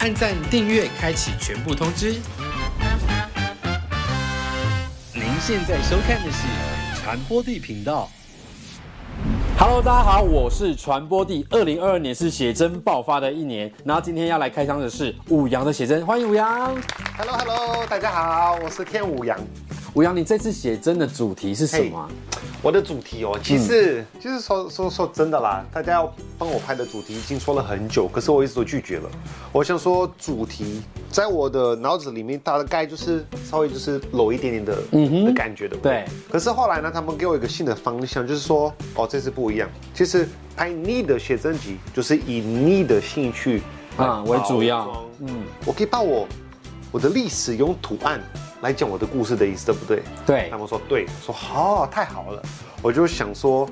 按赞、订阅、开启全部通知。您现在收看的是传播地频道。Hello，大家好，我是传播地。二零二二年是写真爆发的一年，然后今天要来开箱的是五羊的写真，欢迎五羊。 Hello Hello，大家好，我是天武阳。五羊，你这次写真的主题是什么啊？我的主题哦，其实、其实说说说真的啦，大家要帮我拍的主题已经说了很久，可是我一直都拒绝了。我想说主题在我的脑子里面大概就是稍微就是搂一点点的、的感觉的，对。可是后来呢，他们给我一个新的方向，就是说哦，这次不一样。其实拍你的写真集就是以你的兴趣啊为主要嗯，我可以把我我的历史用图案来讲我的故事的意思，对不对？对他们说对，说好、太好了。我就想说，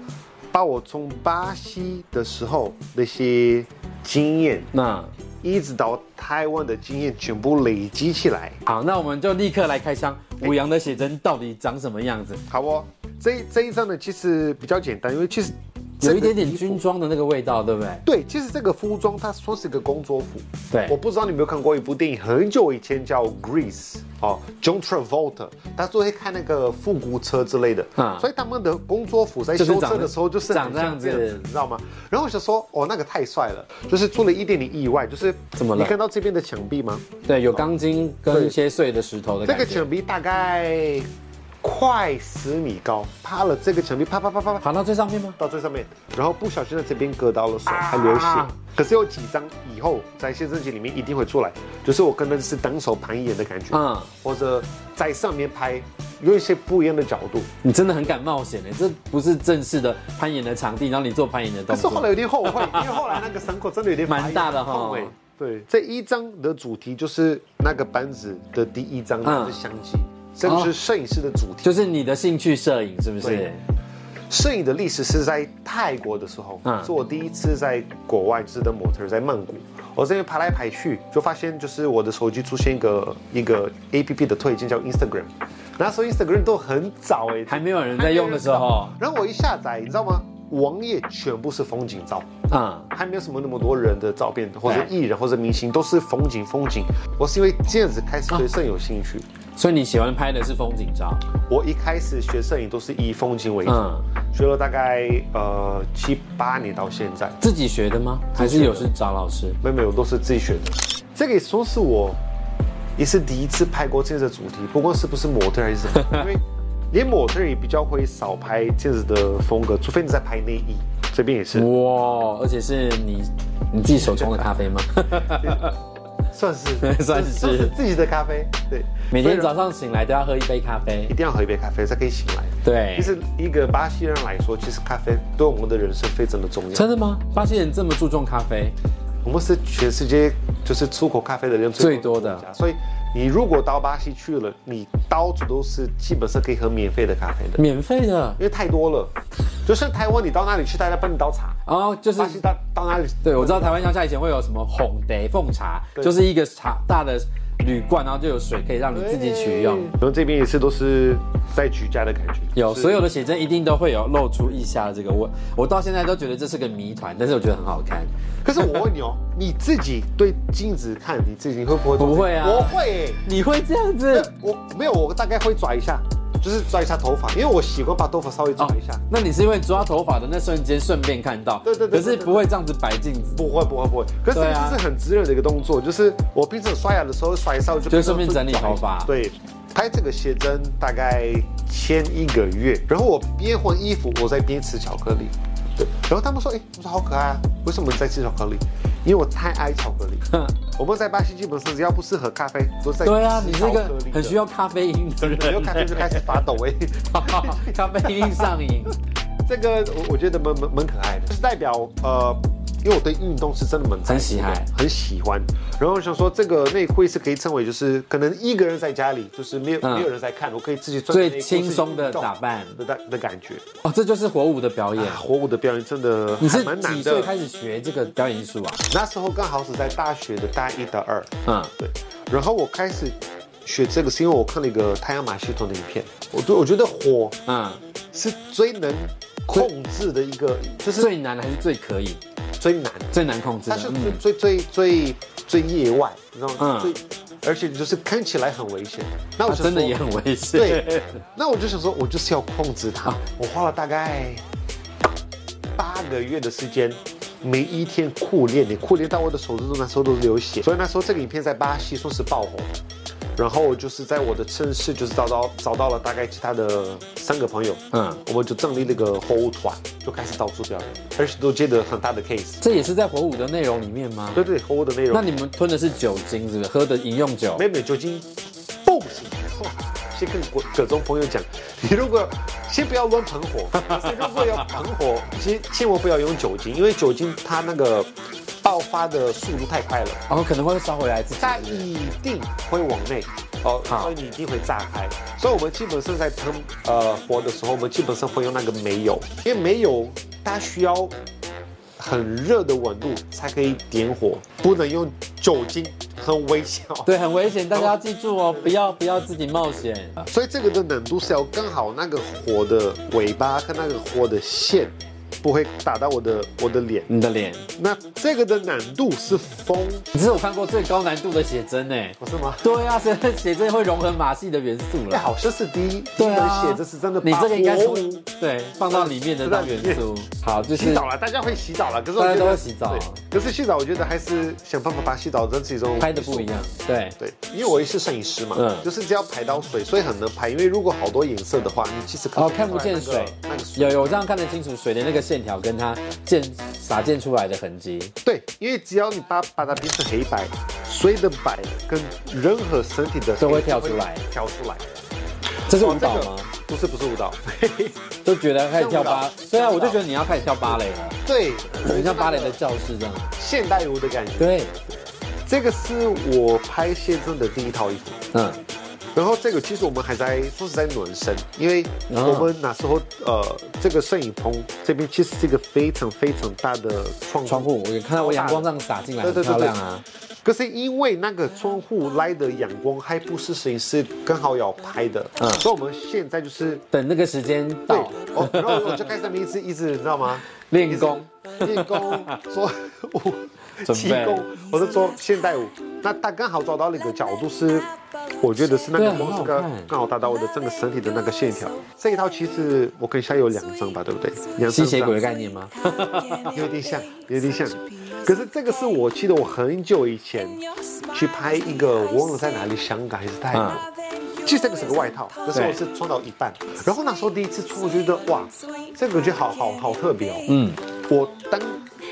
把我从巴西的时候那些经验，那一直到台湾的经验，全部累积起来，好，那我们就立刻来开箱五羊的写真到底长什么样子，好不？这一这一张呢，其实比较简单，因为其实有一点这点个衣服军装的那个味道，对不对？对，其实这个服装它说是一个工作服。对我不知道你有没有看过一部电影，很久以前叫《Grease》哦，John Travolta，他都会看那个复古车之类的，啊所以他们的工作服在就是修长车得的时候就是长很这像样这样子子，你知道吗？然后我想说，哦，那个太帅了，就是出了一点点意外，就是怎么了你看到这边的墙壁吗？对，有钢筋跟对一些碎的石头的这感个觉。墙壁大概快十米高，趴了这个墙壁，啪啪啪啪啪，爬到最上面吗？到最上面，然后不小心在这边割到了手，还流血。可是有几张以后在写真集里面一定会出来，就是我跟那是当手盘演的感觉，嗯或者在上面拍，有一些不一样的角度。你真的很敢冒险哎，这不是正式的攀岩的场地，然后你做攀岩的可动是后来作。有点后 悔，因为后来那个伤口真的有点蛮大的哈后悔。对，这一张的主题就是那个板子的第一张嗯就是相机，这个是摄影师的主题。就是你的兴趣摄影是不是对？摄影的历史是在泰国的时候，嗯是我第一次在国外，就是的模特儿在曼谷。我这边爬来爬去，就发现就是我的手机出现一个一个 A P P 的推荐叫 Instagram，那时候 Instagram 都很早哎、还没有人在用的时候，然后我一下载，你知道吗？网页全部是风景照，啊、还没有什么那么多人的照片，或哎者艺人或者明星都是风景风景。我是因为这样子开始对摄影有兴趣。所以你喜欢拍的是风景照，我一开始学摄影都是以风景为主，嗯学了大概呃七八年到现在。自己学的吗？还是有是找老师？没有没有，我都是自己选的。这个也说是我也是第一次拍过这样的主题，不管是不是模特还是什么， 因为连模特也比较会少拍这样子的风格，除非你在拍内衣，这边也是、哦哇，而且是你你自己手冲的咖啡 吗？算 是算是算是自己的咖啡，对，每天所以早上醒来都要喝一杯咖啡一。定要喝一杯咖啡才可以醒来。对其，实一个巴西人来说，其实咖啡对我们的人生非常的重要。真的吗？巴西人这么注重咖啡？我们是全世界就是出口咖啡的人最多的国家所以你如果到巴西去了，你到处都是基本上可以喝免费的咖啡的，免费的因为太多了。就像台湾，你到哪里去，大家帮你倒茶；哦，就是巴西到到哪里，对，我知道台湾乡下以前会有什么红得奉茶，对就是一个茶大的铝罐，然后就有水可以让你自己取用。然哎后这边也是都是在居家的感觉，有就是所有的写真一定都会有露出腋下的这个我，我到现在都觉得这是个谜团，但是我觉得很好 看。可是我 问你哦，你自己对镜子看你自己会不会做这个？不会啊我会耶、你会这样子？我没有，我大概会抓一下，就是抓一下头发，因为我喜欢把头发稍微抓一下。哦那你是因为抓头发的那瞬间顺便看到，对对对对可是不会这样子摆镜子，不会不会不会，可是对这个啊就是很自然的一个动作，就是我平时刷牙的时候刷一下我就就顺便整理头发对，拍这个写真大概前一个月，然后我边换衣服，我在边吃巧克力。对，然后他们说，哎、我说好可爱啊，为什么你在吃巧克力？因为我太爱巧克力。哼我们在巴西基本上只要不是喝咖啡，都是在对啊，吃你是一巧个克力的很需要咖啡因 的人没有，咖啡就开始发抖哎、咖啡因上 瘾。这个我我觉得蛮蛮蛮可爱的，就是代表呃，因为我对运动是真的蛮在乎的很喜爱很喜欢。然后我想说，这个内裤是可以称为就是可能一个人在家里，就是没有、嗯没有人在看，我可以自己穿最着内裤轻松的自己运动打扮的的的感觉。哦，这就是火舞的表演。啊火舞的表演真的你是还蛮几难岁的，开始学这个表演艺术啊？那时候刚好是在大学的大一大二，嗯，对，然后我开始学这个是因为我看了一个太阳马戏团的影片，我对我觉得火嗯，是最能控制的一个，就是最难还是最可以，最难的。最难控制它的。是嗯，最最最最最业外，你知道嗯吗？最，而且就是看起来很危险。那我它想啊真的说也很危险。啊对，那我就想说，我就是要控制它。我花了大概八个月的时间，每一天苦练，你苦练到我的手指头那时候都流血。所以那时候这个影片在巴西算是爆红。然后我就是在我的城市，就是找到找到了大概其他的三个朋友，嗯嗯，我们就成立了一个货物团，就开始到处表演，而且都接的很大的 case。这也是在火舞的内容里面吗？对对，货物的内容。那你们吞的是酒精，是不是？喝的饮用酒没？有没有酒精，蹦起来。先跟各各种朋友讲，你如果先不要乱喷火，但是如果要喷火，先千万不要用酒精，因为酒精它那个爆发的速度太快了，然哦后可能会烧回来自己。它一定会往内。哦，好所以你一定会炸开。所以我们基本上在喷呃火的时候，我们基本上会用那个煤油，因为煤油它需要很热的温度才可以点火，不能用酒精，很危险哦。对，很危险，大家要记住哦，不要不要自己冒险。所以这个的难度是要刚好那个火的尾巴跟那个火的线不会打到我的我的脸。你的脸，那这个的难度是风，你是我看过最高难度的写真呢。不是吗？对啊， 写写真会融合马戏的元素了。哎，好像是第一第一 对门啊，写，这是真的。你这个应该说是对放到里面的那元素。好，就是洗澡了，大家会洗澡了，可是我大家觉得都会洗澡对可是洗澡我觉得还是想办法把洗澡这其中拍的不一样。对，对，因为我也是摄影师嘛，嗯就是只要排到水，所以很能拍。因为如果好多颜色的话，你其实哦，看不见水那个那个，水有有这样看得清楚水的那个线条跟它溅洒溅出来的痕迹。对，因为只要你把把它变成黑白，水的白跟任何身体的黑都会跳出来跳出来。这是哦舞蹈吗？？这个不是，不是舞蹈。 就觉得开始跳像芭舞蹈，对啊，我就觉得你要开始跳芭蕾了，对，很像芭蕾的教室这样。现代舞的感觉。对，这个是我拍写真的第一套衣服，嗯，然后这个其实我们还在说是在暖身，因为啊我们那时候呃，这个摄影棚这边其实是一个非常非常大的窗户窗户，我看到我阳光这样洒进来，对很对漂对对亮啊。可是因为那个窗户来的阳光还不是摄影师刚好要拍的，嗯所以我们现在就是等那个时间对到，，哦，然后我就开始在那边一直一直，你知道吗？练功一直，练功，做舞，准备气功，我是做现代舞。那他刚好找到了一个角度是，我觉得是那个对光是很刚好看刚好达到我的整个身体的那个线条。这一套其实我可以下有两张吧，对不对？两吸张血张鬼的概念吗？有点像，有点像。可是这个是我记得我很久以前去拍一个，我忘了在哪里，香港还是泰国。嗯其实这个是个外套，可是对我是穿到一半，然后那时候第一次穿，我觉得哇，这个就好好好特别哦。嗯，我当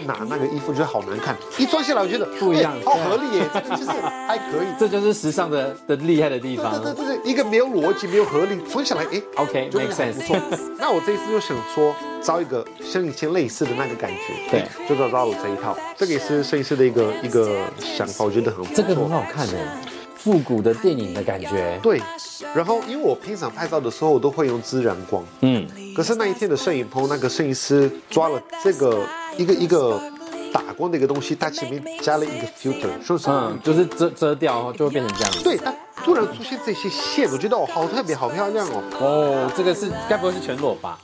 拿那个衣服觉得好难看，一穿下来我觉得不一样哎好合理耶，这个就是还可以。 这就是时尚的的厉害的地对方。对对对，一个没有逻辑、没有合理，穿起来哎 OK，就觉得 makes 还不错 sense。那我这一次就想说，找一个像以前类似的那个感觉，对，就找到了这一套。这个也是摄影师的一个一个想法，我觉得很不错这个很好看的，复古的电影的感觉。对，然后因为我平常拍照的时候，我都会用自然光，嗯，可是那一天的摄影棚，那个摄影师抓了这个一个一个打光的一个东西，它前面加了一个 filter，说是嗯，就是遮遮掉就会变成这样子。对，它突然出现这些线，我觉得哦，好特别，好漂亮哦。哦，这个是该不会是全裸吧？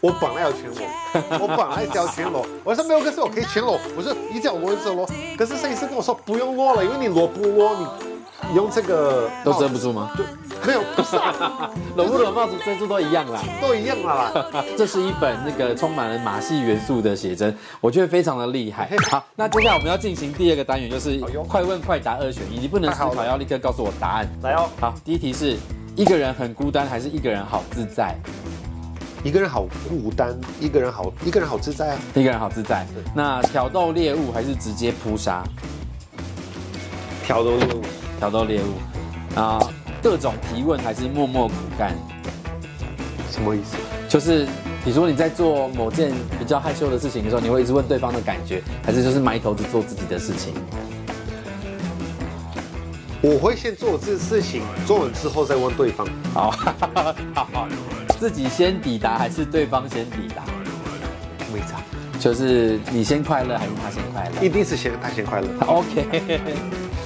我本来要全裸，我本来是要全裸，我说没有，可是我可以全裸，我说一定要裸一直裸，可是摄影师跟我说不用裸了，因为你裸不裸你用这个都遮不住吗？就没有，不是啊，裸不裸帽子遮住都一样啦。都一样了啦。啊这是一本那个充满了马戏元素的写真，我觉得非常的厉害。好，那接下来我们要进行第二个单元，就是哎呦快问快答二选一，你不能思太好考，了要立刻告诉我答案。来哦，好，第一题是一个人很孤单，还是一个人好自在？一个人好孤单，一个人好，一个人好自在啊。一个人好自在。那挑逗猎物还是直接扑杀？挑逗猎物，挑逗猎物啊，各种提问还是默默苦干？什么意思？就是比如说你在做某件比较害羞的事情的时候，你会一直问对方的感觉，还是就是埋头只做自己的事情？我会先做这事情，做完之后再问对方。好， 好，自己先抵达还是对方先抵达？没差，就是你先快乐还是他先快乐一定是先他先快乐。 ？OK，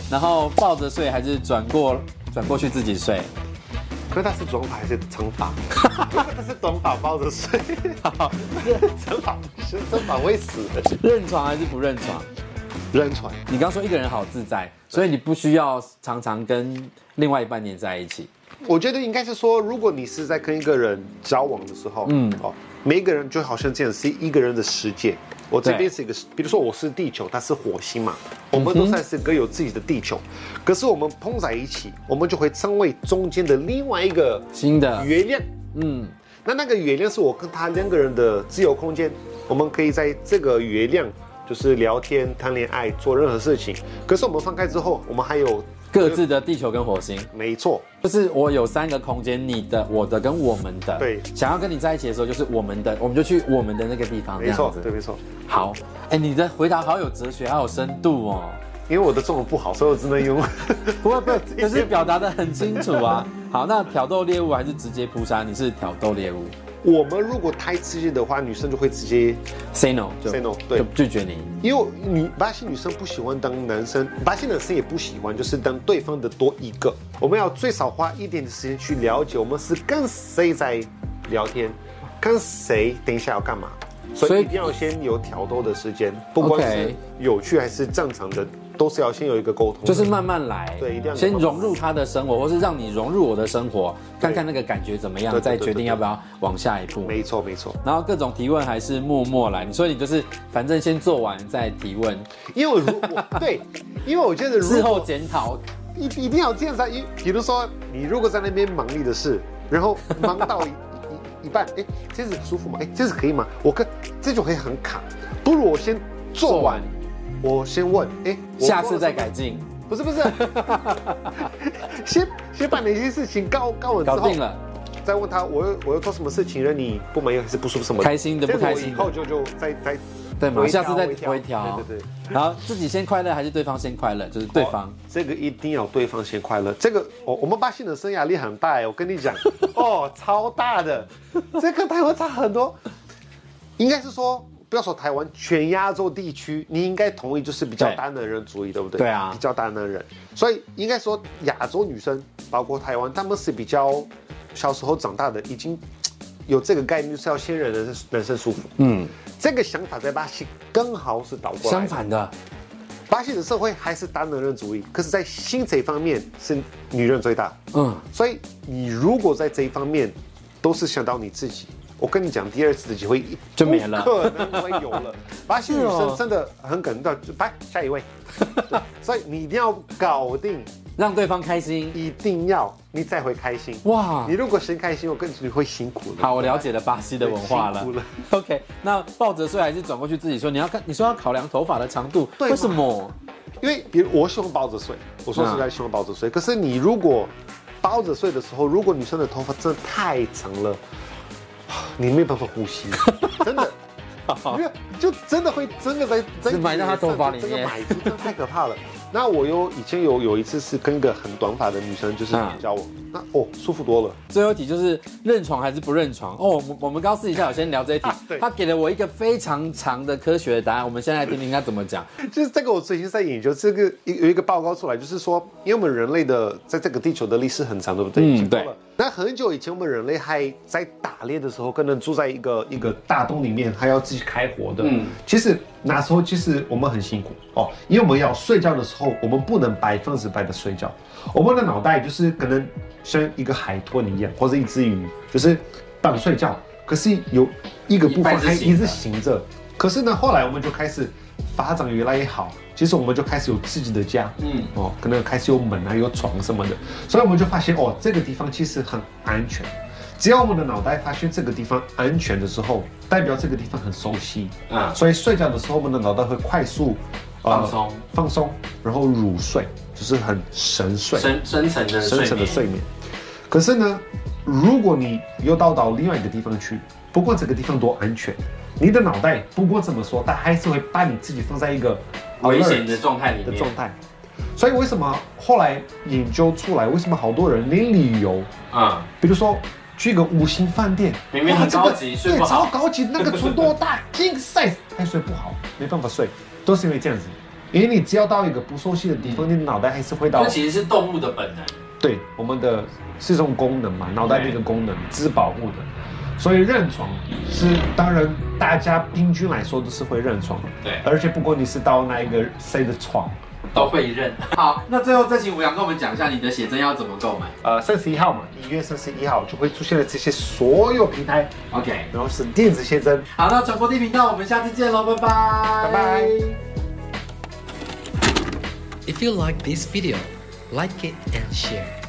然 后抱着睡还是转过转过去自己睡？可是他是短发还是长发？ 他是短发包着 睡，长发长发会死的。认床还是不认床？扔船。你刚说一个人好自在，所以你不需要常常跟另外一半黏在一起。我觉得应该是说，如果你是在跟一个人交往的时候，嗯，哦，每一个人就好像这样是一个人的世界。我这边是一个，比如说我是地球，他是火星嘛，嗯我们都算是各有自己的地球，可是我们碰在一起，我们就会成为中间的另外一个新的，月亮。嗯，那那个月亮是我跟他两个人的自由空间，我们可以在这个月亮就是聊天、谈恋爱、做任何事情。可是我们分开之后，我们还有各自的地球跟火星，没错，就是我有三个空间，你的、我的跟我们的。对想要跟你在一起的时候，就是我们的，我们就去我们的那个地方，这没样错子，。对，没错。好，哎，你的回答好有哲学，好有深度哦。因为我的中文不好，所以我只能用。不会不会，可是表达的很清楚啊。好，那挑逗猎物还是直接扑杀？你是挑逗猎物 我们如果太刺激的话，女生就会直接，say no 就 say no，对就拒绝你。因为女巴西女生不喜欢当男生，巴西男生也不喜欢，就是当对方的多一个。我们要最少花一点的时间去了解我们是跟谁在聊天，跟谁等一下要干嘛，所所以以哦一定要先有挑逗的时间，不管 OK 是有趣还是正常的，都是要先有一个沟通的。就是慢慢来，对一定要先融入他的生活，或是让你融入我的生活，看看那个感觉怎么样，对对再决对定对要不要往下一步。没错没错，然后各种提问还是默默来，所以你就是反正先做完再提问，因为如果对，因为我觉得如事后果检讨。一一定要这样子啊，因为比如说你如果在那边忙你的事，然后忙到一一一一半，哎，这次舒服吗？哎，这次可以吗？我跟这就会很卡，不如我先做完，我先问，哎，我下做次了再什么改，进，不 是不是，先先把哪些事情告告我之搞后定，了。再问他我又我要做什么事情让你不满意还是不舒服什么的开心的这样子不开心的我以后就就再再对嘛微下调次再微调微调对对对。然后自己先快乐还是对方先快乐？就是对方哦。这个一定要对方先快乐。这个哦我、我们巴西人生压力很大哎，我跟你 讲，哦，超大的，这个台湾差很多。应该是说，不要说台湾，全亚洲地区，你应该同意就是比较对大男人主义，对不对？对啊比较大男人。所以应该说，亚洲女生，包括台湾，她们是比较小时候长大的，已经有这个概念，就是要先让人生人生舒服。嗯，这个想法在巴西刚好是倒过来相的。反的，巴西的社会还是单男人主义，可是，在薪水方面是女人最大。嗯，所以你如果在这一方面都是想到你自己，我跟你讲，第二次的机会就没了不可能会有了。巴西女是哦生真的很感动，就拜下一位。对所以你一定要搞定，让对方开心。一定要你再会开心。哇你，如果先开心，我跟你会辛苦的。好，我了解了巴西的文化了辛苦了。 OK，那抱着睡还是转过去自己说，你要看，你说要考量头发的长度，对嘛为什么？因为比如我喜欢包着睡，我说嗯实在喜欢包着睡。可是你如果包着睡的时候，如果女生的头发真的太长了， 你没办法 呼吸，真的。因为就真的会真的在在是埋到她头发里面真的埋住，真的太可怕了。那我有以前有有一次是跟一个很短发的女生就是嗯交往，那哦舒服多了。最后一题就是认床还是不认床？哦，我们我们刚刚私底下有先聊这一题对，他给了我一个非常长的科学的答案，我们现在来听听他怎么讲。就是这个，我最近在研究这个有有一个报告出来，就是说，因为我们人类的在这个地球的历史很长，对不嗯对？已经过了对。那很久以前，我们人类还在打猎的时候，可能住在一个一个大洞里面，还要自己开火的。嗯，其实那时候其实我们很辛苦哦，因为我们要睡觉的时候，我们不能百分之百的睡觉，我们的脑袋就是可能像一个海豚一样，或者一只鱼，就是半睡觉，可是有一个部一分半是还醒一直的行着。可是呢，后来我们就开始发展越来越好，其实我们就开始有自己的家，嗯，哦，可能开始有门啊，有床什么的，所以我们就发现哦，这个地方其实很安全。只要我们的脑袋发现这个地方安全的时候，代表这个地方很熟悉啊啊，所以睡觉的时候，我们的脑袋会快速、呃放松、放松，然后入睡，就是很神睡、深层的深层的睡眠。可是呢，如果你又到到另外一个地方去，不管这个地方多安全，你的脑袋不管怎么说，它还是会把你自己放在一个 alert 状态里的状态。所以为什么后来研究出来，为什么好多人连旅游，啊，比如说去一个五星饭店，明明哇很这个高级睡不好对，超高级，那个床多大 ，king size，还睡不好，没办法睡，都是因为这样子。因为你只要到一个不熟悉的地嗯方，你的脑袋还是会到实是动物的本能。对我们的是一种功能嘛，脑袋的一个功能，自保护的。所以认床是当然大家平均来说都是会认床的，对而且不管你是到那一个谁的床，都会认。好，那最后这期我想跟我们讲一下你的写真要怎么购买。呃，三十一号嘛，一月三十一号就会出现了这些所有平台， OK，然后是电子写真，好，那传播地频道我们下次见喽，拜拜，拜拜。 If you like this video, like it and share.